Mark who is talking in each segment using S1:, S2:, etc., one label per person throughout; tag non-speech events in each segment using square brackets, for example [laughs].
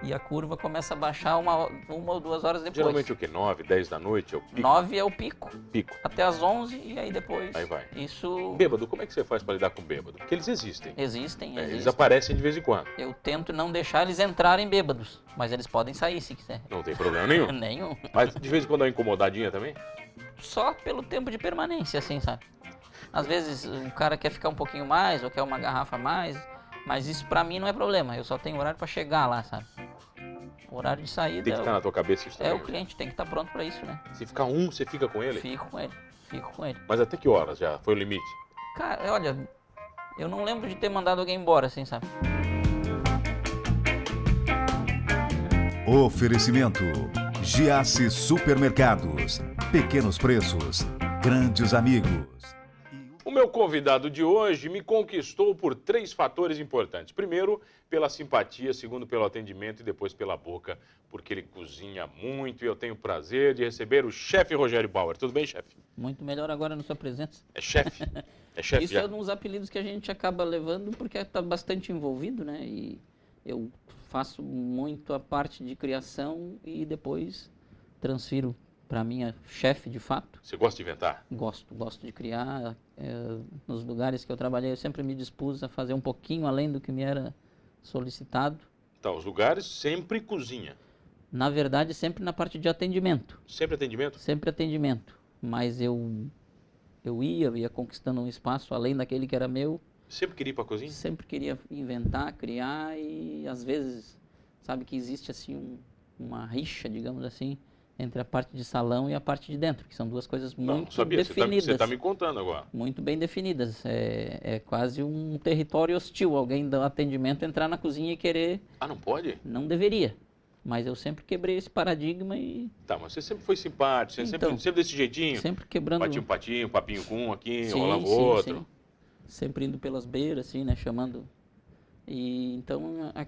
S1: e a curva começa a baixar uma, uma ou duas horas depois.
S2: Geralmente o que? 9, 10 da noite é o pico.
S1: 9 é o pico,
S2: pico.
S1: até as 11 e aí depois.
S2: Aí vai.
S1: Isso
S2: Bêbado, como é que você faz para lidar com bêbado? Porque eles existem.
S1: existem,
S2: né? Eles
S1: existem.
S2: aparecem de vez em quando.
S1: Eu tento não deixar eles entrarem bêbados, mas eles podem sair se quiser.
S2: Não tem problema nenhum.
S1: [laughs] Nenhum.
S2: Mas de vez em quando é uma incomodadinha também?
S1: Só pelo tempo de permanência, assim, sabe? Às vezes o cara quer ficar um pouquinho mais ou quer uma garrafa a mais, mas isso pra mim não é problema. Eu só tenho horário pra chegar lá, sabe? O horário de saída
S2: Tem que
S1: é o-
S2: estar na tua cabeça isso
S1: é,
S2: também.
S1: o cliente, tem que estar pronto pra isso, né?
S2: Se ficar um, você fica com ele?
S1: Fico com ele, fico com ele.
S2: Mas até que horas já? Foi o limite?
S1: Cara, olha, eu não lembro de ter mandado alguém embora, assim, sabe?
S3: Oferecimento: Giasse Supermercados. Pequenos preços, grandes amigos.
S2: O meu convidado de hoje me conquistou por três fatores importantes. Primeiro, pela simpatia, segundo, pelo atendimento e depois pela boca, porque ele cozinha muito e eu tenho o prazer de receber o chefe Rogério Bauer. Tudo bem, chefe?
S1: Muito melhor agora na sua presença. [laughs]
S2: É chefe? É chefe
S1: Isso
S2: já?
S1: é um dos apelidos que a gente acaba levando porque está bastante envolvido, né? E eu faço muito a parte de criação e depois transfiro para minha chefe de fato.
S2: Você gosta de inventar?
S1: Gosto, gosto de criar. eh, nos lugares que eu trabalhei, eu sempre me dispus a fazer um pouquinho além do que me era solicitado.
S2: Então, os lugares sempre cozinha.
S1: Na verdade, sempre na parte de atendimento.
S2: Sempre atendimento?
S1: sempre atendimento, mas eu eu ia, eu ia conquistando um espaço além daquele que era meu,
S2: Sempre queria ir pra cozinha?
S1: sempre queria inventar, criar e às vezes sabe que existe assim um- uma rixa, digamos assim, entre a parte de salão e a parte de dentro, que são duas coisas
S2: não,
S1: muito
S2: não sabia. Você tá-
S1: definidas.
S2: Você está me contando agora.
S1: Muito bem definidas. É, é quase um território hostil. Alguém do atendimento entrar na cozinha e querer.
S2: Ah, não pode?
S1: Não deveria. Mas eu sempre quebrei esse paradigma e
S2: Tá, mas você sempre foi simpático, você sempre,
S1: Então.
S2: sempre desse jeitinho.
S1: sempre quebrando.
S2: Patinho, patinho, papinho com um aqui,
S1: Sim,
S2: rolava
S1: sim,
S2: outro.
S1: sim. Sempre indo pelas beiras, assim, né? Chamando. E então, a-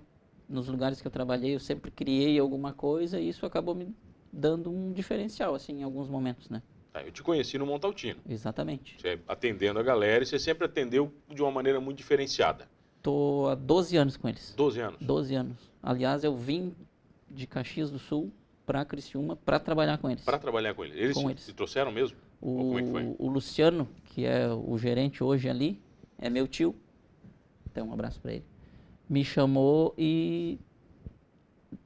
S1: nos lugares que eu trabalhei, eu sempre criei alguma coisa e isso acabou me dando um diferencial, assim, em alguns momentos, né?
S2: Tá, eu te conheci no Montaltino.
S1: Exatamente.
S2: Você atendendo a galera e você sempre atendeu de uma maneira muito diferenciada.
S1: Tô há 12 anos com eles.
S2: 12 anos.
S1: 12 anos. Aliás, eu vim de Caxias do Sul para Criciúma para trabalhar com eles.
S2: Para trabalhar com eles. Eles,
S1: Com
S2: se,
S1: eles.
S2: se trouxeram mesmo? Ou
S1: O,
S2: como é que foi?
S1: o Luciano, que é o gerente hoje ali, é meu tio. Então, um abraço para ele. Me chamou e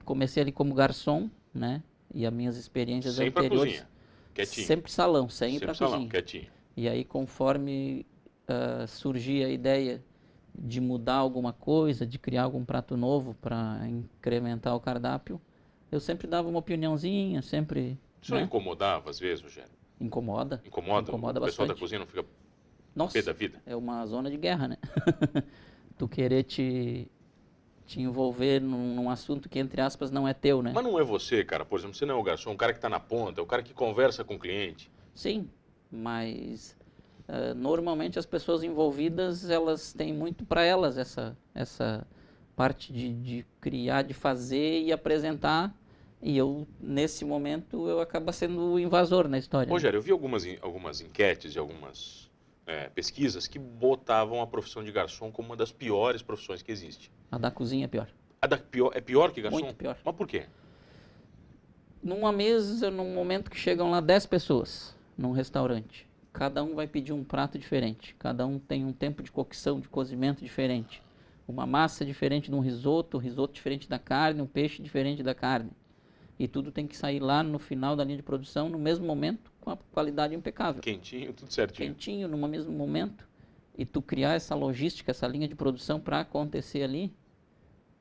S1: comecei ali como garçom, né? E as minhas experiências
S2: Sem pra
S1: anteriores.
S2: cozinha. Quietinho.
S1: Sempre salão, sem ir
S2: Sempre
S1: para
S2: salão,
S1: cozinha.
S2: quietinho.
S1: E aí, conforme ah, surgia a ideia de mudar alguma coisa, de criar algum prato novo para incrementar o cardápio, eu sempre dava uma opiniãozinha, sempre
S2: Isso não
S1: né?
S2: incomodava às vezes, Rogério?
S1: incomoda.
S2: Incomoda?
S1: Incomoda
S2: o pessoal da
S1: bastante.
S2: cozinha não fica
S1: Nossa,
S2: pé da vida?
S1: é uma zona de guerra, né? [laughs] tu querer te, te envolver num, num assunto que, entre aspas, não é teu, né?
S2: Mas não é você, cara. Por exemplo, você não é o garçom, o cara que está na ponta, é o cara que conversa com o cliente.
S1: Sim, mas ah, normalmente as pessoas envolvidas, elas têm muito para elas essa, essa parte de, de criar, de fazer e apresentar. E eu, nesse momento, eu acabo sendo o invasor na história. né?
S2: Rogério, eu vi algumas, en- algumas enquetes e algumas é, pesquisas que botavam a profissão de garçom como uma das piores profissões que existe.
S1: A da cozinha é pior.
S2: A da pior, é pior que garçom?
S1: Muito pior.
S2: Mas por quê?
S1: numa mesa, num momento que chegam lá 10 pessoas num restaurante. Cada um vai pedir um prato diferente, cada um tem um tempo de cocção, de cozimento diferente. Uma massa diferente de um risoto, um risoto diferente da carne, um peixe diferente da carne. E tudo tem que sair lá no final da linha de produção, no mesmo momento, com a qualidade impecável
S2: Quentinho, tudo certinho.
S1: quentinho no mesmo momento e tu criar essa logística, essa linha de produção para acontecer ali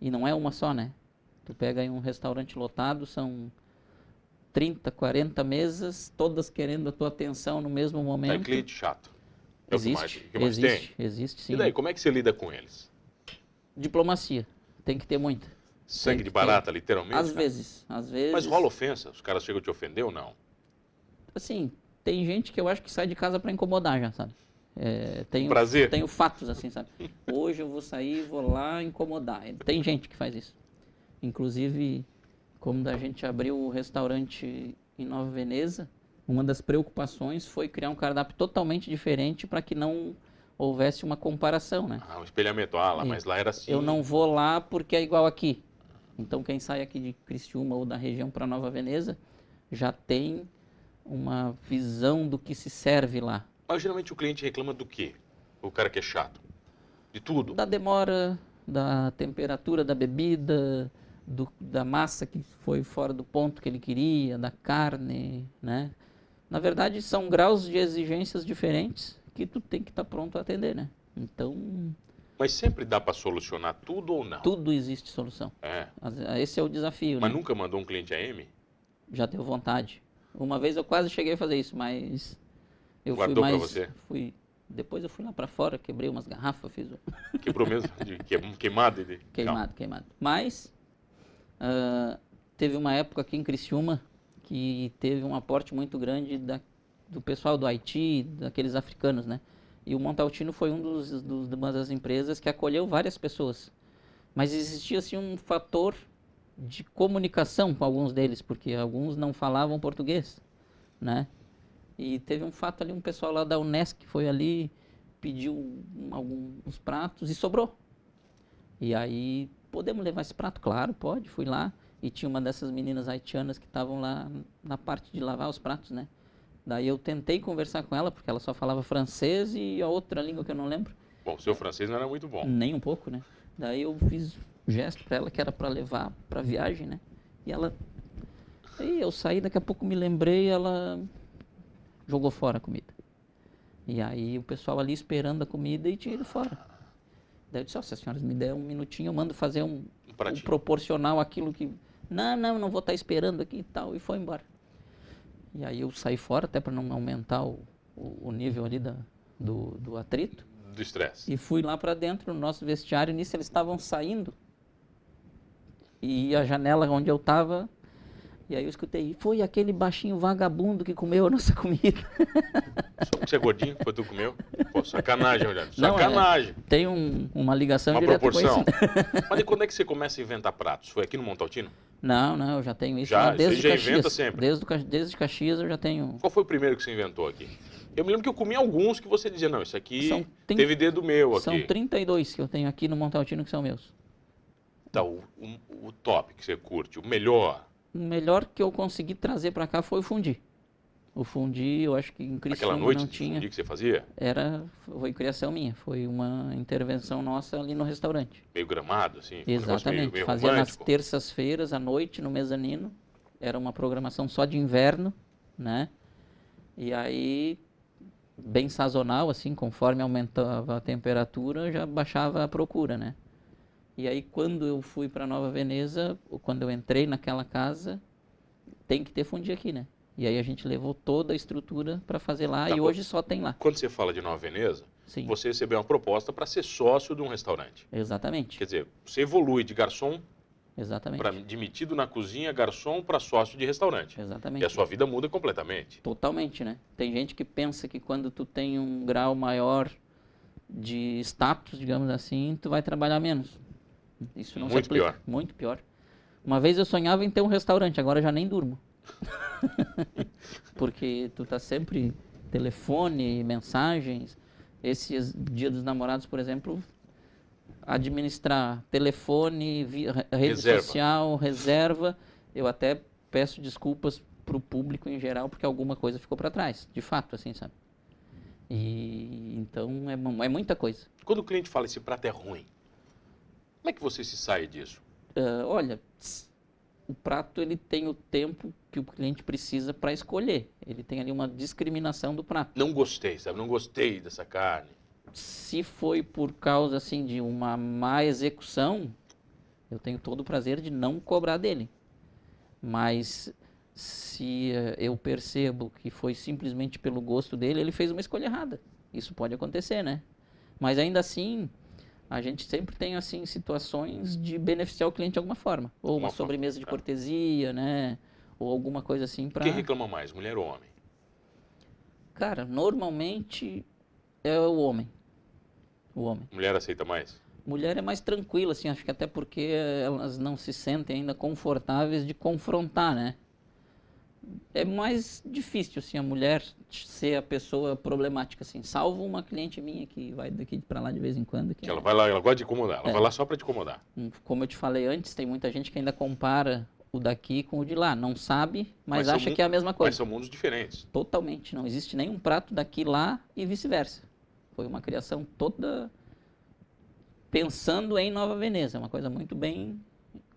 S1: e não é uma só, né? Tu pega aí um restaurante lotado, são 30, 40 mesas, todas querendo a tua atenção no mesmo
S2: Tá,
S1: momento.
S2: cliente chato. É o que mais,
S1: existe,
S2: o que mais
S1: existe, existe
S2: tem.
S1: sim.
S2: E daí, como é que você lida com eles?
S1: Diplomacia, tem que ter muita.
S2: Sangue de
S1: que
S2: barata, literalmente?
S1: Às
S2: cara?
S1: vezes, às vezes.
S2: né? Mas rola ofensa? Os caras chegam a te ofender ou não?
S1: Assim, tem gente que eu acho que sai de casa para incomodar já, sabe? É, tem um-
S2: Prazer.
S1: tenho fatos assim, sabe? Hoje eu vou sair, vou lá incomodar. É, Tem gente que faz isso. Inclusive, como a gente abriu o restaurante em Nova Veneza, uma das preocupações foi criar um cardápio totalmente diferente para que não houvesse uma comparação, né?
S2: Ah, um espelhamento. Ah, lá,
S1: Sim.
S2: mas lá era assim.
S1: Eu não vou lá porque é igual aqui. Então, quem sai aqui de Criciúma ou da região para Nova Veneza já tem uma visão do que se serve lá.
S2: Mas geralmente o cliente reclama do quê? O cara que é chato. De tudo.
S1: Da demora, da temperatura da bebida, do- da massa que foi fora do ponto que ele queria, da carne, né? Na verdade, são graus de exigências diferentes que tu tem que estar pronto a atender, né? Então,
S2: Mas sempre dá para solucionar tudo ou não?
S1: tudo existe solução.
S2: É.
S1: As- Esse é o desafio,
S2: Mas
S1: né?
S2: nunca mandou um cliente a M?
S1: Já deu vontade. Uma vez eu quase cheguei a fazer isso, mas eu
S2: Guardou
S1: fui
S2: pra
S1: mais
S2: você?
S1: fui depois eu fui lá pra fora, quebrei umas garrafas, fiz um
S2: Quebrou mesmo? [laughs] De que- queimado? De...
S1: Queimado, queimado. Mas ah, teve uma época aqui em Criciúma que teve um aporte muito grande da- do pessoal do Haiti, daqueles africanos, né? E o Montaltino foi um dos, dos- de uma das empresas que acolheu várias pessoas. Mas existia assim um fator de comunicação com alguns deles, porque alguns não falavam português, né? E teve um fato ali, um pessoal lá da Unesc que foi ali, pediu um- alguns pratos e sobrou. E aí, podemos levar esse prato? Claro, pode. Fui lá e tinha uma dessas meninas haitianas que estavam lá na parte de lavar os pratos, né? Daí eu tentei conversar com ela, porque ela só falava francês e a outra língua que eu não lembro.
S2: Bom, o seu francês não era muito bom.
S1: Nem um pouco, né? Daí eu fiz gesto pra ela que era pra levar pra viagem, né? E ela. Aí eu saí, daqui a pouco me lembrei, ela jogou fora a comida. E aí o pessoal ali esperando a comida e tinha ido fora. Daí eu disse, ó, se as senhoras me der um minutinho, eu mando fazer um,
S2: Um
S1: o
S2: pratinho.
S1: proporcional àquilo que. Não, não, não vou estar esperando aqui e tal. E foi embora. E aí eu saí fora, até para não aumentar o, o, o nível ali da, do, do atrito.
S2: Do estresse.
S1: E fui lá para dentro, no nosso vestiário. Nisso eles estavam saindo. E a janela onde eu estava. E aí eu escutei. "E Foi aquele baixinho vagabundo que comeu a nossa [laughs] comida.
S2: Só porque você é gordinho, foi tu que comeu? Pô, sacanagem, olha.
S1: Não, é-
S2: Sacanagem.
S1: Tem um- uma ligação
S2: Uma
S1: direta com
S2: proporção.
S1: isso. né?
S2: Mas e quando é que você começa a inventar pratos? Foi aqui no Montaltino?
S1: [laughs] Não, não, eu já tenho isso lá
S2: Já, isso
S1: desde
S2: aí já
S1: Caxias.
S2: inventa sempre.
S1: Desde, o Ca- desde Caxias eu já tenho.
S2: Qual foi o primeiro que você inventou aqui? Eu me lembro que eu comi alguns que você dizia, não, isso aqui
S1: São trin-
S2: teve dedo meu
S1: São
S2: aqui.
S1: 32 que eu tenho aqui no Montaltino que são meus.
S2: Tá, o, o- o top que você curte, o melhor.
S1: O melhor que eu consegui trazer pra cá foi o fundi. O fundi, eu acho que em Criciúma
S2: Aquela noite
S1: não
S2: de
S1: tinha.
S2: fundi que você fazia,
S1: Era, foi criação minha, foi uma intervenção nossa ali no restaurante.
S2: meio gramado, assim. um negócio
S1: Exatamente.
S2: Meio, meio
S1: Fazia nas
S2: romântico.
S1: terças-feiras à noite no mezanino. Era uma programação só de inverno, né? E aí, bem sazonal, assim, conforme aumentava a temperatura, já baixava a procura, né? E aí, quando eu fui para Nova Veneza, ou quando eu entrei naquela casa, tem que ter fundi aqui, né? E aí a gente levou toda a estrutura para fazer lá
S2: Tá
S1: e
S2: bom.
S1: hoje só tem lá.
S2: Quando você fala de Nova Veneza,
S1: Sim,
S2: você recebeu uma proposta para ser sócio de um restaurante.
S1: exatamente,
S2: Quer dizer, você evolui de garçom,
S1: exatamente,
S2: pra, de metido na cozinha, garçom para sócio de restaurante. E
S1: exatamente.
S2: a sua vida muda completamente.
S1: Totalmente, né? Tem gente que pensa que quando tu tem um grau maior de status, digamos assim, tu vai trabalhar menos. Isso não
S2: Muito
S1: se aplica.
S2: pior.
S1: Muito pior. Uma vez eu sonhava em ter um restaurante, agora já nem durmo. [laughs] Porque tu tá sempre telefone, mensagens. Esse dia dos namorados, por exemplo, administrar telefone, vi- re- rede
S2: Reserva.
S1: social, reserva. Eu até peço desculpas pro público em geral, porque alguma coisa ficou para trás, de fato, assim, sabe? E então é, mu- é muita coisa.
S2: Quando o cliente fala esse prato é ruim, como é que você se sai disso?
S1: Ah, olha, tss, o prato ele tem o tempo que o cliente precisa para escolher. Ele tem ali uma discriminação do prato.
S2: Não gostei, sabe? Não gostei dessa carne.
S1: se foi por causa assim de uma má execução, eu tenho todo o prazer de não cobrar dele. Mas se eh, eu percebo que foi simplesmente pelo gosto dele, ele fez uma escolha errada. Isso pode acontecer, né? Mas ainda assim, a gente sempre tem assim situações de beneficiar o cliente de alguma forma, ou uma
S2: Uma forma,
S1: sobremesa de
S2: tá.
S1: cortesia, né? Ou alguma coisa assim para
S2: Quem reclama mais, mulher ou homem?
S1: Cara, normalmente é o homem. O homem.
S2: Mulher aceita mais?
S1: Mulher é mais tranquila, assim, acho que até porque elas não se sentem ainda confortáveis de confrontar, né? é mais difícil assim, a mulher ser a pessoa problemática, assim, salvo uma cliente minha que vai daqui para lá de vez em quando.
S2: Que ela vai lá, ela gosta de incomodar, ela
S1: É.
S2: vai lá só para te incomodar.
S1: Hum, Como eu te falei antes, tem muita gente que ainda compara o daqui com o de lá. Não sabe,
S2: Mas um
S1: mas,
S2: são
S1: acha
S2: mu-
S1: que é a mesma
S2: Mas
S1: coisa.
S2: são mundos diferentes.
S1: Totalmente. Não existe nenhum prato daqui lá e vice-versa. Foi uma criação toda pensando em Nova Veneza. É Uma coisa muito bem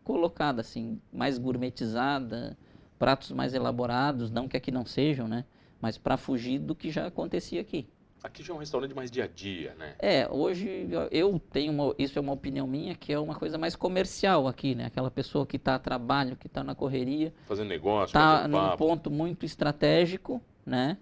S1: colocada, assim, mais gourmetizada, pratos mais elaborados, não que aqui não sejam, né? Mas para fugir do que já acontecia aqui.
S2: Aqui já é um restaurante mais dia a dia, né?
S1: É, hoje ó, eu tenho uma, isso é uma opinião minha, que é uma coisa mais comercial aqui, né? Aquela pessoa que está a trabalho, que está na correria,
S2: Fazendo negócio,
S1: está
S2: batendo
S1: Tá num
S2: um papo.
S1: ponto muito estratégico, né?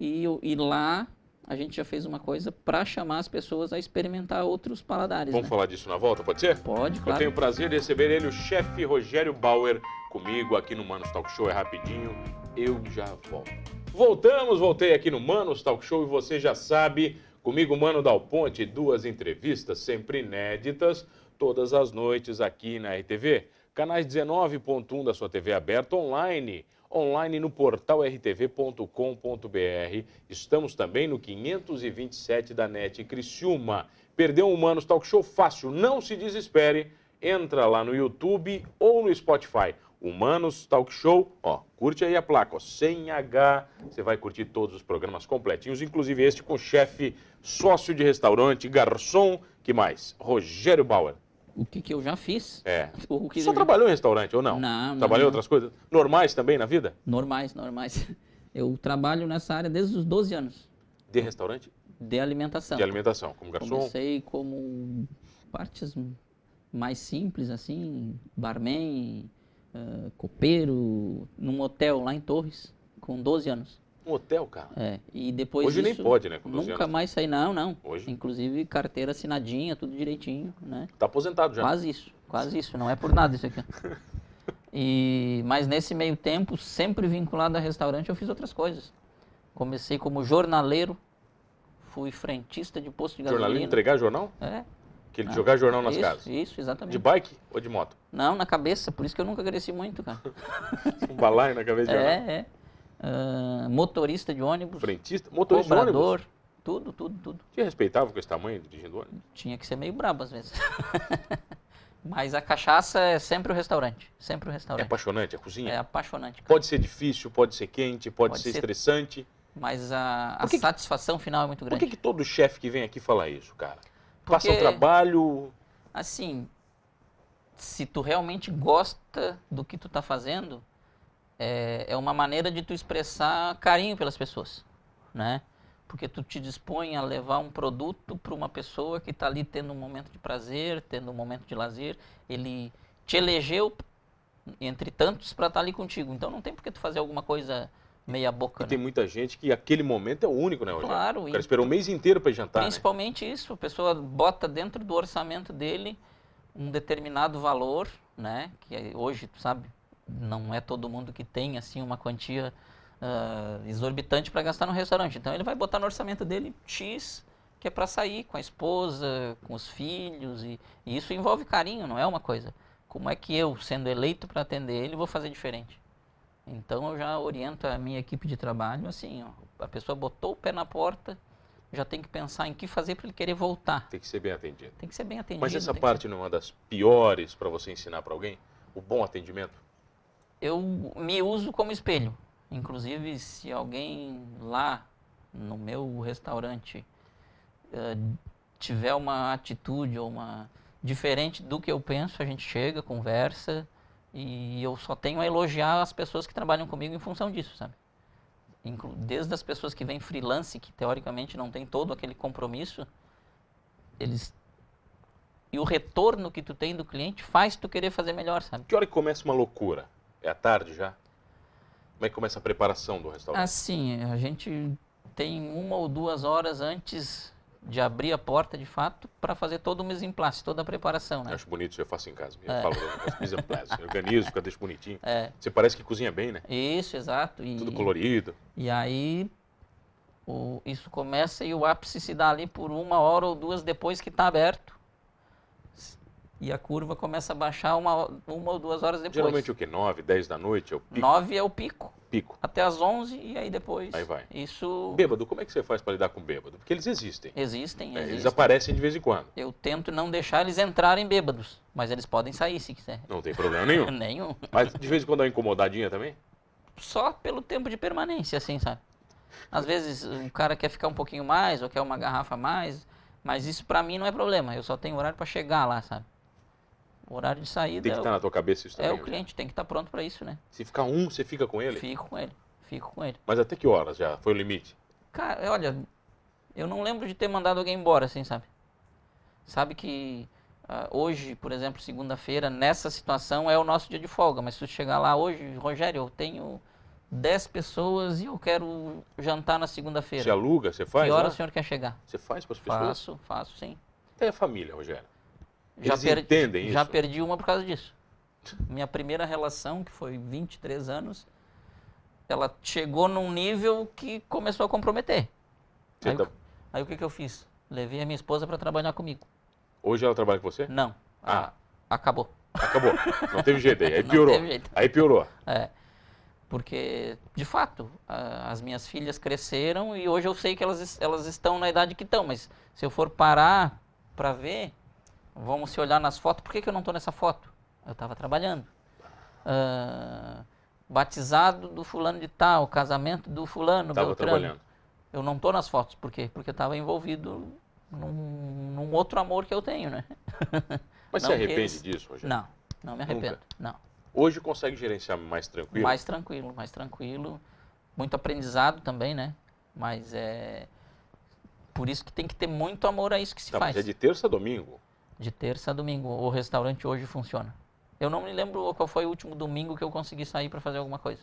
S1: E, o- e lá a gente já fez uma coisa para chamar as pessoas a experimentar outros paladares,
S2: Vamos
S1: né?
S2: falar disso na volta, pode ser?
S1: Pode,
S2: Eu tenho
S1: claro.
S2: o prazer de receber ele, o chefe Rogério Bauer, comigo aqui no Manos Talk Show. É rapidinho, eu já volto. Voltamos, voltei aqui no Manos Talk Show e você já sabe, comigo, Mano Dal Ponte, duas entrevistas sempre inéditas, todas as noites aqui na RTV. Canais 19.1 da sua TV aberta online, online no portal rtv.com.br. Estamos também no 527 da NET Criciúma. Perdeu um Humanos Talk Show fácil, não se desespere. Entra lá no YouTube ou no Spotify. Humanos Talk Show, ó, curte aí a placa, ó, sem H. Você vai curtir todos os programas completinhos, inclusive este com chefe, sócio de restaurante, garçom, que mais? Rogério Bauer.
S1: O que, que eu já fiz?
S2: É.
S1: O que
S2: Só
S1: eu já-
S2: trabalhou em restaurante ou não?
S1: Não, não,
S2: Trabalhou em
S1: não.
S2: outras coisas? Normais também na vida?
S1: Normais, normais. [laughs] Eu trabalho nessa área desde os 12 anos
S2: De restaurante?
S1: de alimentação.
S2: De alimentação, como garçom?
S1: Comecei como partes mais simples, assim, barman, eh, copeiro, num hotel lá em Torres, com 12 anos.
S2: Um hotel, cara.
S1: É, e depois
S2: Hoje nem
S1: disso,
S2: pode, né, com 12
S1: Nunca
S2: anos.
S1: mais saí, não, não.
S2: Hoje?
S1: Inclusive carteira assinadinha, tudo direitinho, né?
S2: Tá aposentado já.
S1: Quase isso, quase isso, não é por nada
S2: [laughs]
S1: isso aqui. E, mas nesse meio tempo, sempre vinculado a restaurante, eu fiz outras coisas. Comecei como jornaleiro, fui frentista de posto de gasolina.
S2: Jornalista entregar jornal?
S1: É,
S2: Que ele
S1: Ah,
S2: jogar jornal nas
S1: isso,
S2: casas.
S1: Isso, exatamente.
S2: De bike ou de moto?
S1: Não, na cabeça, por isso que eu nunca cresci muito,
S2: [laughs]
S1: cara.
S2: Um balaio na cabeça de jornal.
S1: é, é. Ah, motorista de ônibus,
S2: Frentista, motorista de
S1: cobrador,
S2: ônibus.
S1: tudo, tudo, tudo.
S2: Te respeitava com esse tamanho dirigindo ônibus?
S1: Tinha que ser meio brabo às vezes. [laughs] Mas a cachaça é sempre o restaurante, sempre o
S2: É
S1: restaurante.
S2: apaixonante a
S1: É,
S2: cozinha?
S1: apaixonante, cara.
S2: Pode ser difícil, pode ser quente, pode,
S1: Pode
S2: ser,
S1: ser.
S2: estressante.
S1: Mas a, a
S2: Por que que-
S1: satisfação final é muito
S2: Por
S1: grande.
S2: que, que todo chefe que vem aqui fala isso, cara? Passa o
S1: Porque-
S2: trabalho.
S1: Assim, se tu realmente gosta do que tu tá fazendo, é, é uma maneira de tu expressar carinho pelas pessoas, né? Porque tu te dispõe a levar um produto para uma pessoa que tá ali tendo um momento de prazer, tendo um momento de lazer. Ele te elegeu entre tantos para estar ali contigo. Então não tem por que tu fazer alguma coisa meia boca,
S2: E tem
S1: né?
S2: muita gente que aquele momento é o único, né, Rogério?
S1: Claro,
S2: O
S1: e
S2: cara esperou um mês inteiro pra ir jantar. né?
S1: Principalmente isso, a pessoa bota dentro do orçamento dele um determinado valor, né? Que é- hoje, tu sabe, não é todo mundo que tem assim uma quantia ah, exorbitante para gastar no restaurante. Então ele vai botar no orçamento dele X que é para sair com a esposa, com os filhos e, e isso envolve carinho, não é uma coisa. Como é que eu, sendo eleito para atender ele, vou fazer diferente? Então eu já oriento a minha equipe de trabalho assim, ó, a pessoa botou o pé na porta, já tem que pensar em que fazer para ele querer voltar.
S2: Tem que ser bem atendido.
S1: Tem que ser bem atendido.
S2: Mas essa
S1: tem que
S2: parte não é uma das piores pra você ensinar pra alguém? O bom atendimento?
S1: eu me uso como espelho. Inclusive, se alguém lá no meu restaurante eh, tiver uma atitude ou uma diferente do que eu penso, a gente chega, conversa e eu só tenho a elogiar as pessoas que trabalham comigo em função disso, sabe? Inclu- Desde as pessoas que vêm freelance, que teoricamente não tem todo aquele compromisso, eles e o retorno que tu tem do cliente faz tu querer fazer melhor, sabe?
S2: Que hora que começa uma loucura? É à tarde já? Como é que começa a preparação do restaurante?
S1: Assim, a gente tem uma ou duas horas antes de abrir a porta, de fato, para fazer todo o mise en place, toda a preparação,
S2: Eu
S1: né?
S2: acho bonito, eu faço em casa. Eu falo, eu faço mise en place, eu organizo, fica deixo bonitinho.
S1: É.
S2: Você parece que cozinha bem, né?
S1: Isso, exato. E,
S2: Tudo colorido.
S1: e aí o- isso começa e o ápice se dá ali por uma hora ou duas depois que está aberto. tá E a curva começa a baixar uma, uma ou duas horas depois.
S2: Geralmente o que? 9, 10 da noite é o pico.
S1: 9 é o pico,
S2: pico.
S1: até as 11 e aí depois.
S2: Aí vai.
S1: Isso
S2: Bêbado, como é que você faz para lidar com bêbado? Porque eles existem.
S1: existem,
S2: né? Eles
S1: existem.
S2: aparecem de vez em quando.
S1: Eu tento não deixar eles entrarem bêbados, mas eles podem sair se quiser.
S2: Não tem
S1: [laughs]
S2: problema nenhum.
S1: Nenhum.
S2: Mas de vez em quando dá uma incomodadinha também?
S1: Só pelo tempo de permanência, assim, sabe? Às vezes o cara quer ficar um pouquinho mais ou quer uma garrafa a mais, mas isso pra mim não é problema. Eu só tenho horário pra chegar lá, sabe? O horário de saída
S2: Tem que
S1: é o-
S2: estar na tua cabeça isso
S1: é,
S2: também. né?
S1: o cliente, tem que estar pronto pra isso, né?
S2: Se ficar um, você fica com ele?
S1: Fico com ele, fico com ele.
S2: Mas até que horas já foi o limite?
S1: Cara, é, olha, eu não lembro de ter mandado alguém embora, assim, sabe? Sabe que ah, hoje, por exemplo, segunda-feira, nessa situação é o nosso dia de folga, mas se tu chegar lá hoje, Rogério, eu tenho 10 pessoas e eu quero jantar na
S2: Você
S1: segunda-feira.
S2: aluga, você faz?
S1: Que hora
S2: lá?
S1: o senhor quer chegar?
S2: Você faz para as pessoas?
S1: Faço, faço sim.
S2: Até a família, Rogério.
S1: Já
S2: Eles
S1: perdi,
S2: entendem
S1: Já
S2: isso?
S1: perdi uma por causa disso. Minha primeira relação, que foi 23 anos, ela chegou num nível que começou a comprometer.
S2: Você
S1: aí, o
S2: tá-
S1: que- aí o que, que eu fiz? Levei a minha esposa para trabalhar comigo.
S2: Hoje ela trabalha com você?
S1: Não.
S2: Ah.
S1: a- Acabou.
S2: Acabou. Não teve
S1: [laughs]
S2: jeito aí. Aí
S1: Não
S2: piorou.
S1: teve jeito.
S2: Aí piorou.
S1: Porque, de fato, a- as minhas filhas cresceram e hoje eu sei que elas, es- elas estão na idade que estão, mas se eu for parar para ver, vamos se olhar nas fotos, por que, que eu não estou nessa foto? Eu estava trabalhando. Ah, batizado do fulano de tal, casamento do fulano,
S2: Estava
S1: Beltrano.
S2: trabalhando.
S1: Eu não estou nas fotos, por quê? Porque eu estava envolvido num, num outro amor que eu tenho, né?
S2: Mas
S1: Não
S2: se
S1: que
S2: arrepende
S1: eles-
S2: disso, Rogério?
S1: Não, não me arrependo,
S2: Nunca.
S1: não.
S2: Hoje consegue gerenciar mais tranquilo?
S1: Mais tranquilo, mais tranquilo. Muito aprendizado também, né? Mas é. Por isso que tem que ter muito amor a isso que se
S2: Tá, mas
S1: faz.
S2: é
S1: de...
S2: de terça a domingo?
S1: terça a domingo. O restaurante hoje funciona. Eu não me lembro qual foi o último domingo que eu consegui sair para fazer alguma coisa.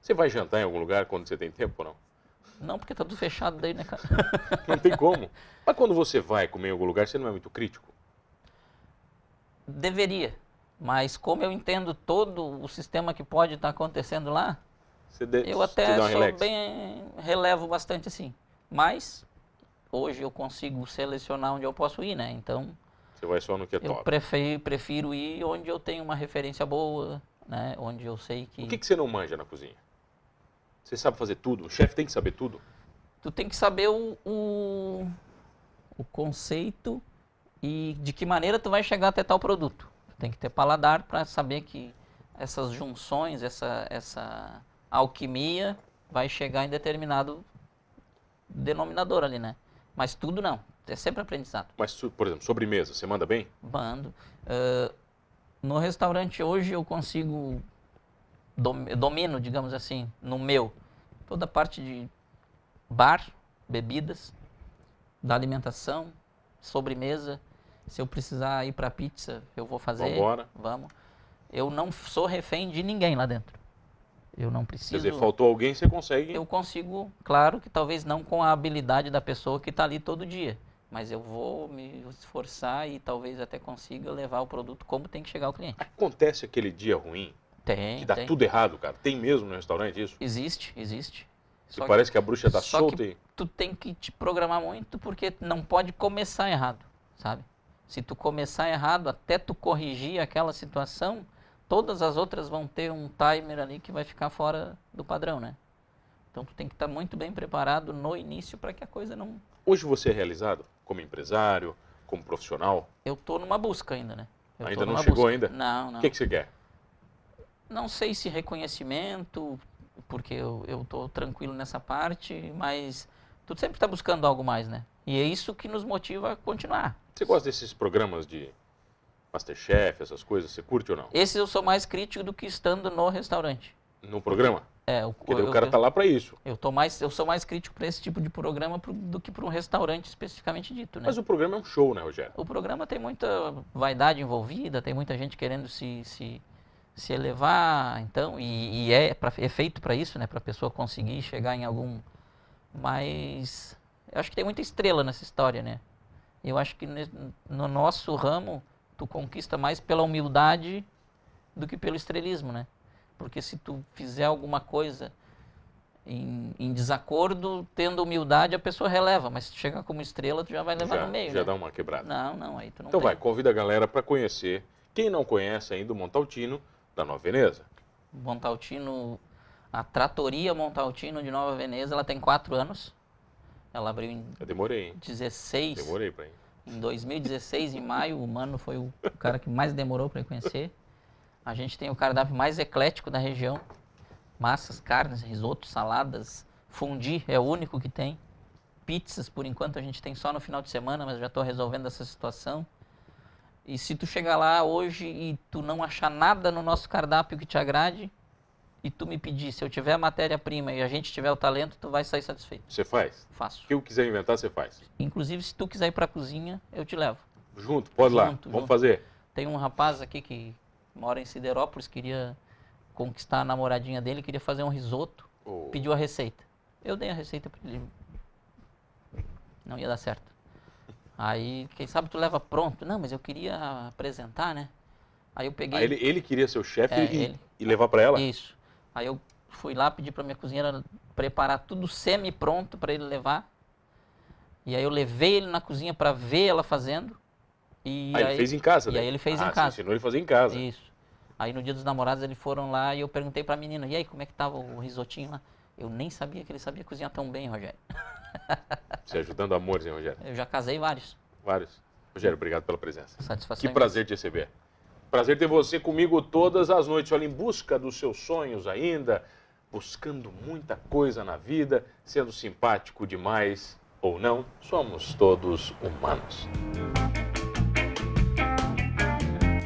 S2: Você vai jantar em algum lugar quando você tem tempo ou não?
S1: Não, porque tá tudo fechado daí,
S2: [laughs]
S1: né, cara?
S2: Não
S1: [laughs]
S2: tem como. Mas quando você vai comer em algum lugar, você não é muito crítico?
S1: Deveria. Mas como eu entendo todo o sistema que pode estar acontecendo lá,
S2: Você de-
S1: Eu
S2: você
S1: até
S2: dá
S1: sou
S2: um relax.
S1: bem. relevo bastante assim. Mas hoje eu consigo selecionar onde eu posso ir, né? Então
S2: Você vai só no que é
S1: eu
S2: top.
S1: prefiro, prefiro ir onde eu tenho uma referência boa, né? Onde eu sei que.
S2: O que, que você não manja na cozinha? Você sabe fazer tudo? O chefe tem que saber tudo?
S1: Tu tem que saber o, o, o conceito e de que maneira tu vai chegar até tal produto. Tu tem que ter paladar para saber que essas junções, essa, essa alquimia vai chegar em determinado denominador ali, né? Mas tudo não. É sempre aprendizado.
S2: Mas, su- por exemplo, sobremesa, você manda bem?
S1: Bando. Ah, no restaurante hoje eu consigo dom- eu domino, digamos assim, no meu toda a parte de bar, bebidas, da alimentação, sobremesa. Se eu precisar ir para pizza, eu vou fazer.
S2: Vambora.
S1: Vamos. Eu não f- sou refém de ninguém lá dentro. Eu não
S2: Quer
S1: preciso.
S2: dizer, faltou alguém, você consegue.
S1: Eu consigo, claro que talvez não com a habilidade da pessoa que está ali todo dia, mas eu vou me esforçar e talvez até consiga levar o produto como tem que chegar ao cliente.
S2: Acontece aquele dia ruim,
S1: Tem,
S2: que dá
S1: tem.
S2: tudo errado, cara. Tem mesmo no restaurante isso?
S1: Existe, existe.
S2: Que parece que a bruxa tá
S1: só
S2: solta
S1: que-
S2: e.
S1: tu tem que te programar muito porque não pode começar errado, sabe? Se tu começar errado até tu corrigir aquela situação, todas as outras vão ter um timer ali que vai ficar fora do padrão, né? Então tu tem que estar muito bem preparado no início para que a coisa não
S2: Hoje você é realizado como empresário, como profissional?
S1: Eu tô numa busca ainda, né? Eu tô
S2: Ainda não
S1: numa
S2: chegou ainda?
S1: Não, não.
S2: O que, que você quer?
S1: Não sei se reconhecimento, porque eu, eu tô tranquilo nessa parte, mas tu sempre tá buscando algo mais, né? E é isso que nos motiva a continuar.
S2: Você gosta desses programas de Masterchef, essas coisas? Você curte ou não?
S1: Esse eu sou mais crítico do que estando no restaurante.
S2: No programa?
S1: É, o,
S2: Porque daí
S1: eu-
S2: o cara
S1: eu-
S2: tá lá pra isso.
S1: eu tô mais, eu sou mais crítico para esse tipo de programa pro- do que para um restaurante especificamente dito, né?
S2: Mas o programa é um show, né, Rogério?
S1: O programa tem muita vaidade envolvida, tem muita gente querendo se, se, se elevar, então, e, e é, pra, é feito para isso, né? Para a pessoa conseguir chegar em algum. Mas eu acho que tem muita estrela nessa história, né? Eu acho que ne- no nosso ramo tu conquista mais pela humildade do que pelo estrelismo, né? Porque se tu fizer alguma coisa em, em desacordo, tendo humildade, a pessoa releva, mas se chegar como estrela, tu já vai levar
S2: já,
S1: no meio.
S2: já
S1: né?
S2: dá uma quebrada.
S1: Não, não, aí tu não
S2: Então
S1: tem.
S2: vai, convida a galera para conhecer. Quem não conhece ainda o Montaltino, da Nova Veneza.
S1: Montaltino, a Tratoria Montaltino de Nova Veneza, ela tem quatro anos. Ela abriu em
S2: Eu demorei, hein?
S1: 16,
S2: Demorei para ir.
S1: em 2016, em maio. O Mano foi o o cara que mais demorou para conhecer. A gente tem o cardápio mais eclético da região. Massas, carnes, risotos, saladas, fundi é o único que tem. Pizzas, por enquanto, a gente tem só no final de semana, mas já estou resolvendo essa situação. E se tu chegar lá hoje e tu não achar nada no nosso cardápio que te agrade, e tu me pedir, se eu tiver a matéria-prima e a gente tiver o talento, tu vai sair satisfeito.
S2: Você faz?
S1: Faço.
S2: O que eu quiser inventar, você faz.
S1: Inclusive, se tu quiser ir pra cozinha, eu te levo.
S2: Junto, pode lá.
S1: Junto,
S2: Vamos
S1: junto.
S2: fazer.
S1: Tem um rapaz aqui que mora em Siderópolis, queria conquistar a namoradinha dele, queria fazer um risoto,
S2: Ô,
S1: pediu a receita. Eu dei a receita pra ele. Não ia dar certo. Aí, quem sabe tu leva pronto. Não, mas eu queria apresentar, né? Aí eu peguei.
S2: ah, ele, ele queria ser o chefe
S1: É,
S2: e,
S1: ele.
S2: e levar para ela?
S1: Isso. Aí eu fui lá, pedi pra minha cozinheira preparar tudo semi-pronto pra ele levar. E aí eu levei ele na cozinha pra ver ela fazendo. E
S2: ah, ele fez em casa,
S1: e
S2: né?
S1: aí ele fez
S2: ah,
S1: em
S2: você
S1: casa.
S2: ensinou ele a fazer em casa.
S1: Isso. Aí no dia dos namorados eles foram lá e eu perguntei pra menina, e aí, como é que tava o risotinho lá? Eu nem sabia que ele sabia cozinhar tão bem, Rogério.
S2: Você ajudando amores, hein, Rogério?
S1: Eu já casei vários.
S2: Vários. Rogério, obrigado pela presença.
S1: Satisfação.
S2: Que
S1: imensa.
S2: prazer te receber. Prazer ter você comigo todas as noites. Olha, em busca dos seus sonhos ainda, buscando muita coisa na vida, sendo simpático demais ou não, somos todos humanos.